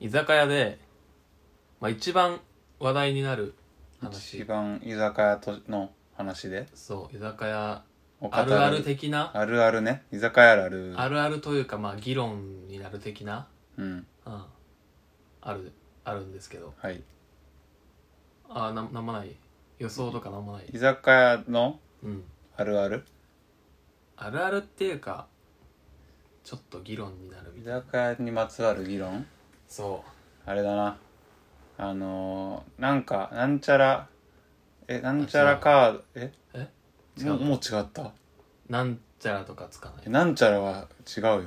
居酒屋で、まあ、一番話題になる一話番居酒屋との話でそう居酒屋お語あらるある的なあるあるね居酒屋あるあるあるあるというかまあ議論になる的な、うんうん、あるあるんですけどはいあーななんもない予想とかなんもない居、酒屋のうん、あるあるあるあるっていうかちょっと議論になるみ居たいな酒屋にまつわる議論そあれだなあのー、なんかなんちゃらえなんちゃらカードええもう違うもう違ったうなんちゃらとかつかなえいなんちゃらは違うよ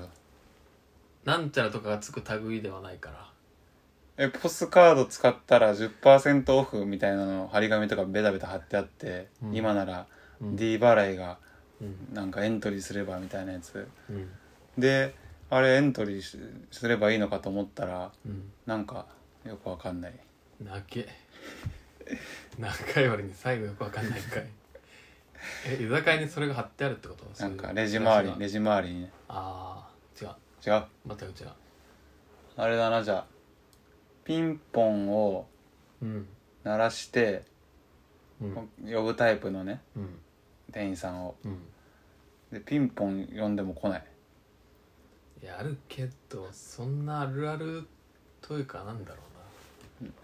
なんちゃらとかがつく類ではないからえポスカード使ったら10%オフみたいなの張り紙とかベタベタ貼ってあって、うん今ならうん D 払いがうんなんかエントリーすればみたいなやつうんであれエントリーしすればいいのかと思ったらうんなんかよくわかんない泣け何回割に最後よくわかんないんかいえ居酒屋にそれが貼ってあるってことそなういんうかレジ回チラシりがレジ回りにねああ違う違う全く違うあれだなじゃあピンポンをうん鳴らしてうん呼ぶタイプのねうん店員さんをうんでピンポン呼んでも来ないいやあるけどそんなあるあるというかなんだろう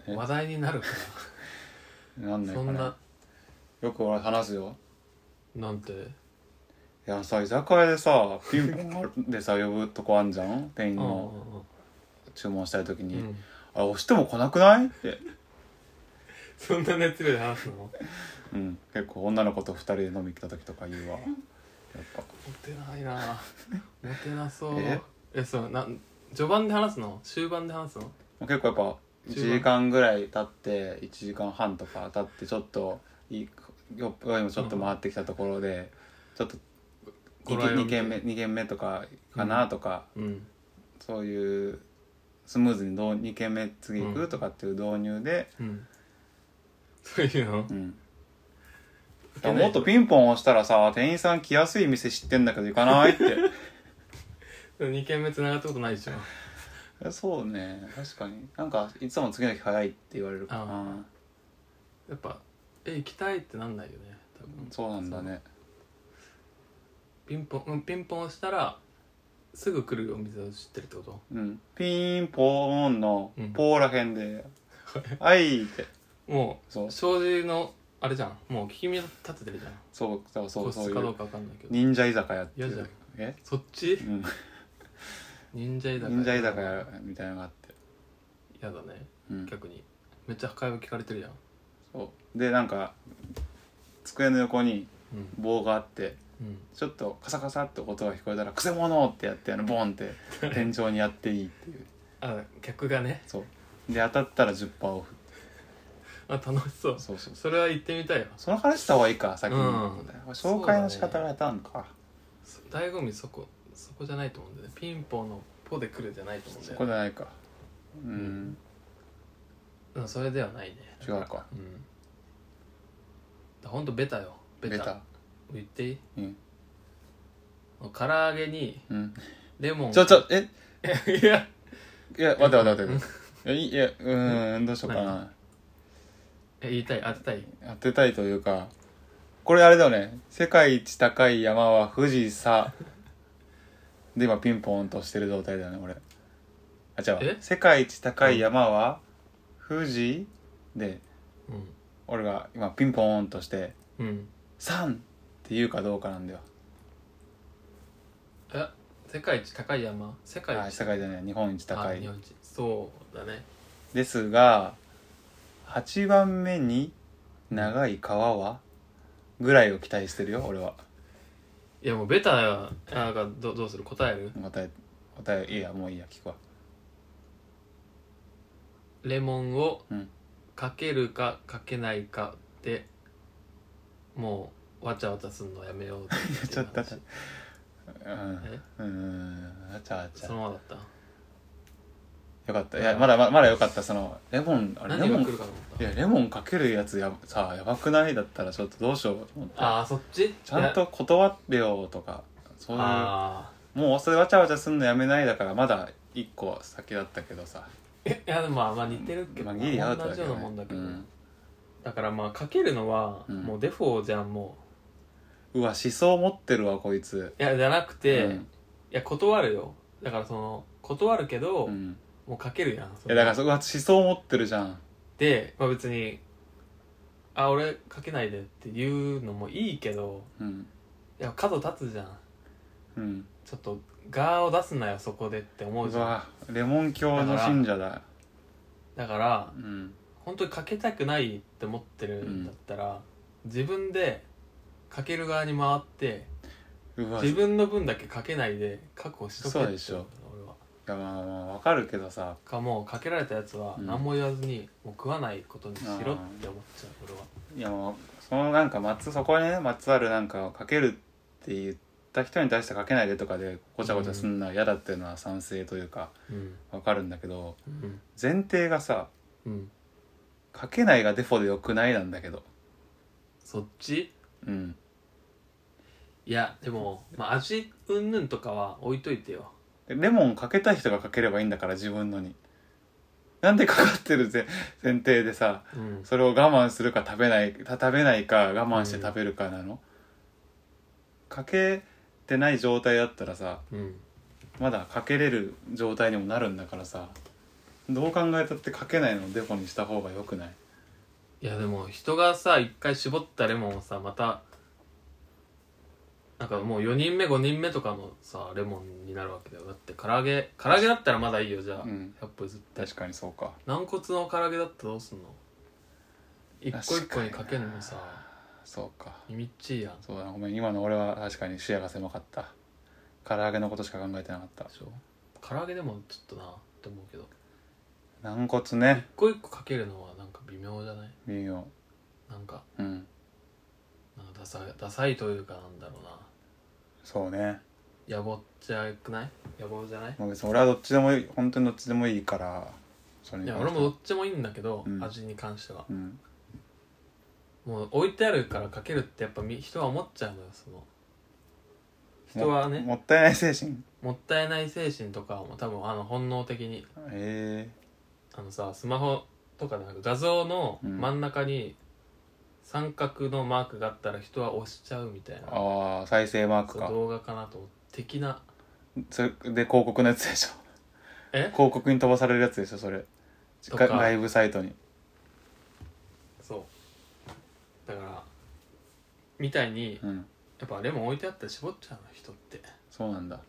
えな話題になるかなんなないかそんななよく俺話すよなんていやさ居酒屋でさピンポンがでさ呼ぶとこあんじゃん店員のう注文したい時んうんうにん「あ押しても来なくない?」ってそんな熱量で話すのうん結構女の子と二人で飲み来た時とか言うわやっぱモテない なモテなそうええそうなん序盤で話すの終盤で話すの結構やっぱ1時間ぐらい経って1時間半とか経ってちょっといい酔っ酔いもちょっと回ってきたところで、ちょっとご来用 2, 二軒目二軒目とかかなとか、うんそういうスムーズにどう2軒目次行くとかっていう導入で、うんそういうのうんだからもっとピンポン押したらさ店員さん来やすい店知ってんだけど行かないって 2軒目繋がったことないでしょえそうね確かになんかいつも次の日早いって言われるかあなやっぱえ行きたいってなんないよね多分そうなんだねピンポンうんピンポン押したらすぐ来るお店を知ってるってことうん、ピーンポーンのうんポーらへ んで「はい」ってもそうう障子のあれじゃんもう聞き耳立ててるじゃんそうだからそう個そう室いかどううかわかんないけど忍者居酒屋ってい嫌じゃうんえ、そっちうん、忍者居酒屋忍者居酒屋みたいなのがあって、嫌だねうん、逆にめっちゃ会話聞かれてるじゃんそうでなんか机の横にうん棒があってうんちょっとカサカサって音が聞こえたら「くせ者!」ってやってあのボンって 天井にやっていいっていうあ客がねそうで当たったら10%オフあ楽しそうそうそうそうそれは行ってみたいわその話した方がいいか先に、うん紹介の仕方がたんかそ醍醐味そこそこじゃないと思うんだよねピンポンのポで来るじゃないと思うんだそよこじゃないかうんんうんそれではないね違うかうんだほんとベタよベタベタ言っていいうん唐揚げにうんレモンちょちょえいやいや待って待って待っていやいやうーんどうしようかなえ言いたい当てたい当てたいというかこれあれだよね世界一高い山は富士山で今ピンポンとしてる状態だよね俺あ違うえ世界一高い山は富士でう俺が今ピンポーンとしてんうん「山」って言うかどうかなんだよえ世界一高い山世界あ一世界じゃない日本一高あい日本一そうだねですが8番目に長い川はぐらいを期待してるよ俺はいやもうベタよなんかどどうする答える答え答えいいやもういいや聞くわレモンをうんかけるかかけないかでもうわちゃわちゃすんのやめようっていう話 ちょっと待ってうんえうんあちゃあちゃそのままだったよかったいやまだまだまだよかったそのレモンあれレ何モがン来るかと思いっやレモンかけるやつやさやばくないだったらちょっとどうしようと思ってたああーそっちちゃんと断ってよとかそういうああもうそれわちゃわちゃすんのやめないだからまだ一個先だったけどさえいやでもまあまあ似てるけど、まあギリアウト同だじけようど、なねもんだけうど、ん、だからまあかけるのはうんもうデフォじゃんもうわ思想持ってるわこいつういやじゃなくて、うんいや断るよだからその断るけど、うん、もうかけるやんいやだからそううわ思想持ってるじゃんで、まあ、別に「あ俺かけないで」って言うのもいいけどうんいや角立つじゃんうんちょっと「ガーを出すなよそこで」って思ううじゃんわレモン教の信者だだからうん本当にかけたくないって思ってるんだったら、自分でかける側に回ってうわ自分の分だけかけないで確保しとけそうでしょ俺はいやまあまあわかるけどさかもうかけられたやつはうん何も言わずに、もう食わないことにしろって思っちゃう俺はいやもうそのなんかまつそこにねまつわるなんかをかけるって言った人に対してかけないでとかでごちゃごちゃすんのは嫌だっていうのは賛成というかうんわかるんだけどうん前提がさうんかけないがデフォでよくないなんだけどそっちうんいやでも、まあ、味うんぬんとかは置いといてよでレモンかけたい人がかければいいんだから自分のになんでかかってる前前提でさうんそれを我慢するか食べないた食べないか我慢して食べるかなの、かけてない状態だったらさうんまだかけれる状態にもなるんだからさどう考えたってかけないのをデフォにした方がよくないいやでも人がさ一回絞ったレモンをさまたなんかもう4人目5人目とかのさレモンになるわけだよだって唐揚げ唐揚げだったらまだいいよじゃあ、うんやっぱ譲って確かにそうか軟骨の唐揚げだったらどうすんの一個一確個かににかけるのさそうかみっちいやんそうだなごめん今の俺は確かに視野が狭かった唐揚げのことしか考えてなかったでしょ唐揚げでもちょっとなって思うけど軟骨ね一個一個かけるのはなんか微妙じゃない微妙なんかうんなんかダサいダサいというかなんだろうなそうね野暮っちゃくない野暮じゃないもう別に俺はどっちでもいい本当にどっちでもいいからそれいにや関俺しもてどはっちもいいんだけど、うん味に関してはうんもう置いてあるからかけるってやっぱみ人は思っちゃうのよその人はねもももったいない精神ったいない精神とかも多分あの本能的にえあのさスマホとかでなんか画像のうん真ん中に三角のマークがあったら人は押しちゃうみたいえなああ再生マークそうか動画かなと思って的なそれで広告のやつでしょえ広告に飛ばされるやつでしょそれとがかライブサイトにそうだからみたいにうんやっぱレモン置いてあったら絞っちゃうの人ってそうなんだ